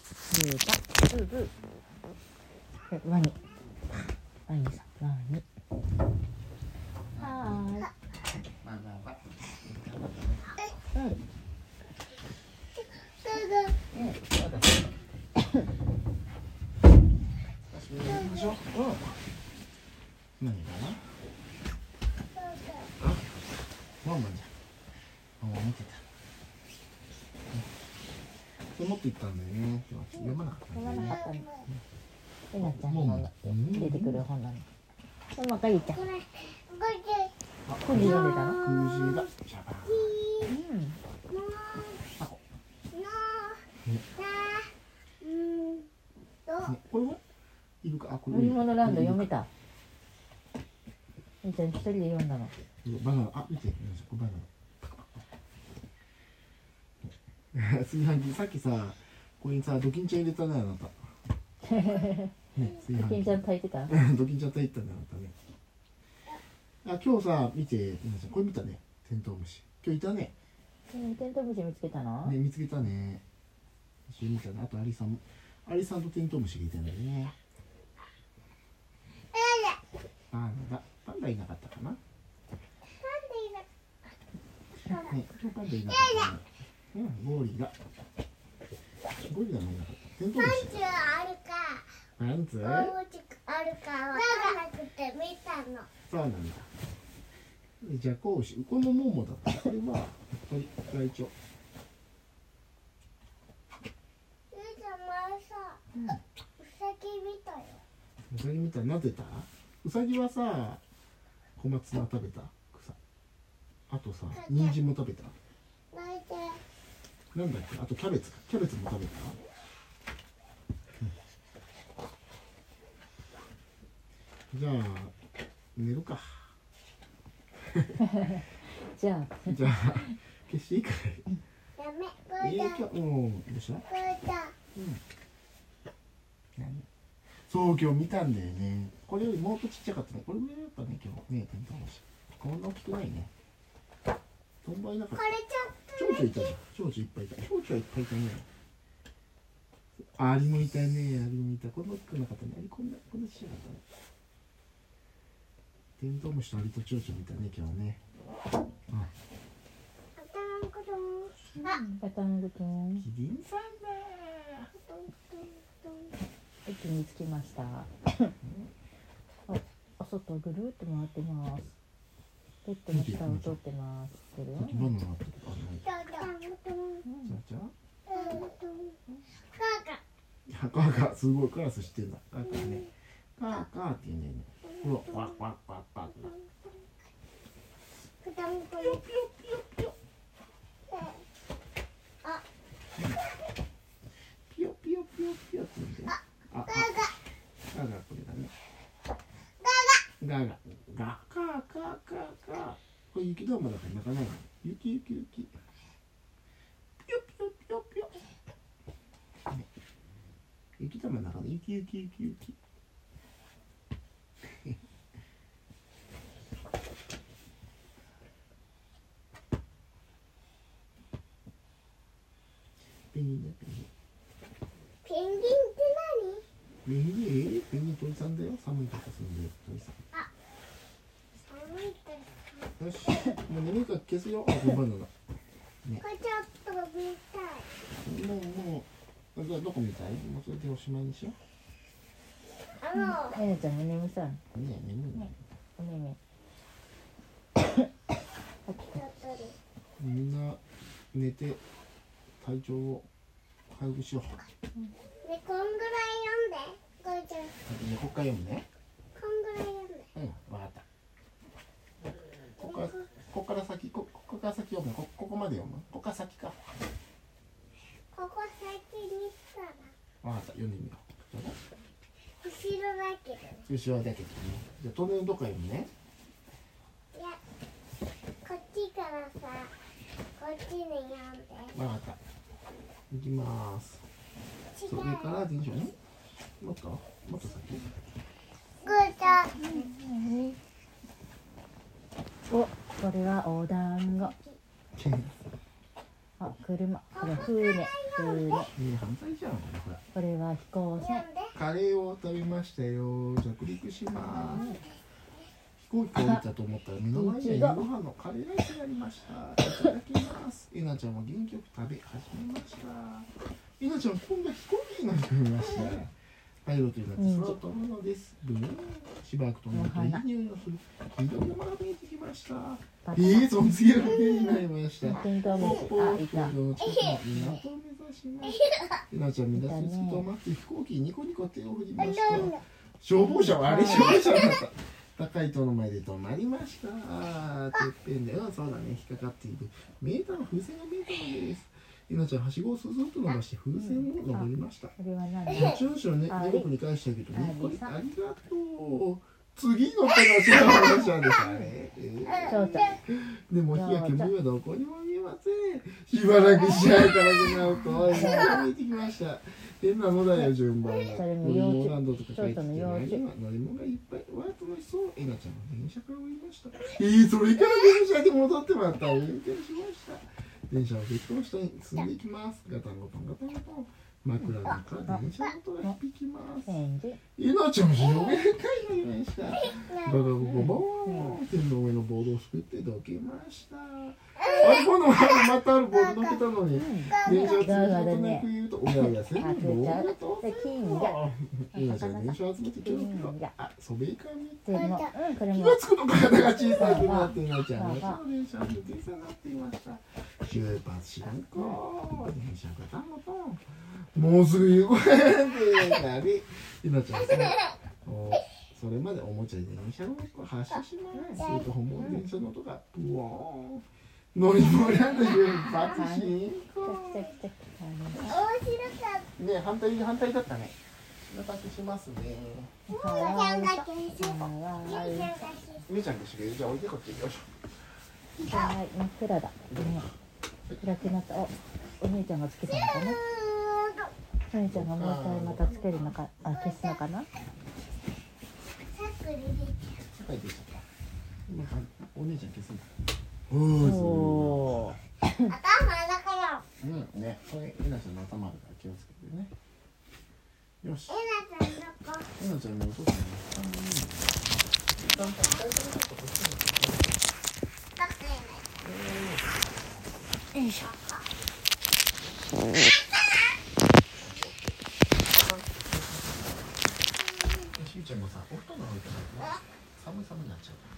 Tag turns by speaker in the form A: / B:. A: ーちゃん
B: ブーブー
A: えワニワニさんワニは
C: まあまあまあ
A: ーいうん
C: うんそうだ私もやりましょううん何かなあワンワンじゃんワンワン見てたうんで持って行ったんだよね今日読まなかったんだよ
A: 読まなか
C: ね
A: ったねレナちゃんの本の
C: うん
A: 出てくる本なのそのまかりちゃん
C: あ
A: コギ読んでたの
C: クジラジャバー
A: うん
C: ねこれはいるかあこれ
A: 乗り物ランド読めたみーちゃん一人で読んだの
C: バナナあ見てこれバナナ炊飯器さっきさここにさドキンちゃん入れたねあなたね炊
A: ケンちゃん
C: 飯
A: 炊いてた
C: 器ドキンちゃん炊いたねあなたねあ今日さ見て皆さんこれ見たねテントウムシ今日いたね
A: うんテントウムシ見つけたの
C: ね見つけたね一緒に見たねあとアリさんもアリさんとテントウムシがいたんだよねパンダパンダいなかったかなね、今日パンダいなかったねうん、ゴリラゴリラもいなかったテントウムシなんつそうなんだでじゃこうしこれもモンモだったこれは鳥ライチョウウサギみたいなってたウサギはさ小松菜食べた草あとさ人参も食べたなんだっけあとキャベツかキャベツも食べたうんじゃあ寝るか
A: じゃあ
C: じゃあ消していいかいいや今日うんどうしたそう今日見たんだよねこれよりもっとちっちゃかったねこれ上だったね今日ねテントウムシこんな大きくないねとんばいなかった蝶々いたじゃん蝶々いっぱいいた蝶々はいっぱいいたねアリもいたねアリもいたこんな大きくなかったねアリこんなこんなちっちゃかったねテントウムシとアリと蝶々見たね今日はね
A: パターンルくん
C: キリンさんだ
A: 駅に着きましたおお外をぐるーっと回ってますベッドの下を通ってます知ってる
C: さっきバナナあったけどあないじゃあじゃあいやカーカーすごいクラスしてんだカーカーねカーカーって言うんだよねほらワッワッワッワッってなピヨピヨピヨピヨって言うんだよああガーガーこれだねガーガーガーガーガーガーガーこれ雪だるまだから泣かないの雪雪雪ピヨピヨピヨピヨね雪だるまだから雪雪雪雪ペンギンだペンギン
D: ペンギンって何
C: ペンギンペンギン鳥さんだよ寒いとこ住んでる鳥さん
D: 寒いから
C: よし、もう眠いから消すよ。あ、これバナナ。も、
D: これちょっと見たいう
C: もう、じゃあどこみたいもうそれでおしまいにしよ
D: あの
A: えなちゃんも眠そう
C: う。ねえ、眠いね。
A: おねめ
D: ちょっとで
C: みんな、寝て、体調を回復しよう。
D: ねこんぐらい読んでこれちゃん
C: ね、こっから読むね。
D: こんぐらい読んで
C: うん、わかった。こっから、こっから先、こ、ここから先読む。こ、ここまで読む。こっから先か。わ
D: ここ先にしたら
C: かった、読んでみよう。じゃあ
D: 後ろだけどね
C: 後ろだけどね。じゃあ、トンネルのどこ読むね。
D: いやこっちからさこっちに読んで
C: わかった。いきます。
D: 違
C: そうれから、電車ね。もっと、もっと先。
D: グーちゃん
A: お、これはお団子あ、車、これ船、船
C: えー、反対じゃん、これ、ほら。
A: ここれは飛行船
D: なんで
C: カレーを食べましたよ着陸します飛行機降りたと思ったら目の前に夕ご飯のカレーライスがありましたいただきますえなちゃんも元気よく食べ始めましたえなちゃん今度飛行機に乗ってみましたパイロットになって空を飛ぶのですブーンしばらく飛んでるといい匂いのする緑山が見えてきました
A: バ
C: え
A: タ
C: ー、その次の目になりました
A: テントウムシあいた
C: 港を目指します。えなちゃん、目指すと止まって飛行機にニコニコ手を振りました。消防車はあれ消防車だった。高い塔の前で止まりました。てっぺんで、うん、そうだね、引っかかっている。メーターの風船が見えたのです。えなちゃん、はしごをすずっと伸ばして風船を登りました。
A: これは何
C: 持ち主をね、ニコニコ返したけど、ニコニコありがとう。次の手がしな話なんですあれ。えー
A: 蝶々
C: でも日焼けも今どこにも見えません。しばらくしないからになると、おい、見えてきました。変なのだよ、順番が。
A: それも
C: 乗り
A: 幼
C: 物
A: 稚
C: ランドとか書いてき
A: ちょっと
C: てない
A: の幼稚
C: 今、乗り物がいっぱい。わあ、楽しそう。えなちゃんは電車から降りました。えー、それから電車に戻ってまた運転しました。電車をベッドの下に積んでいきます。ガタンゴトンガタンゴトン。枕の中、電車の音が響きます。
A: 園児
C: えなちゃん、広めに帰りました。ガガガガボーン天の上のボードをすくってどけましたあれこの前またあるボードどけたのに電車を積むことなく言うとおやおやせんのボールと
A: で金が
C: 今じゃ電車を集めてきょきょあそべいかみ
A: でもうんこれ
C: 気
A: も
C: がつくと体が小さくなってなちゃん電車の小さくなっていました出発進行電車がたんごともうすぐ夕ご飯でなり今ちゃんさおそれまでおもちゃで電車の音を発射しますすると本物の電車の音がブワーン乗り物なんだ出発進
A: ちょ
C: 行
A: ちょちょあ
D: 面白かっ
C: ね反対反対だったねお待たせしますね
A: の
D: た。
A: か
D: もも
A: わ
D: ち
A: いい
D: ゃんが消す。
A: かわ
D: ゆ
A: い
D: り
A: い
D: ち
C: みーち
D: ゃんが
C: ゃんと一緒にじゃあ置いてこっちよいしょ
A: かわいい真っ暗だうん暗くなったおお姉ちゃんがつけたのかな
D: 消す。
A: お姉ちゃんがもう一回またつけるのかあ消すのかな
D: さっくりで。
C: 世界でしたか。今お姉ちゃん消すんだ。
A: お
C: お
A: お
D: 頭だから。
C: うんね。これえなちゃんの頭あるから気をつけてね。よし。
D: えなちゃんどこ。
C: えなちゃんのお父さんの下にいるの。一旦二人ともちょっとこっちに
D: だっていない。
C: しーちゃんもさお布団の方行かないとね寒い寒いになっちゃうから。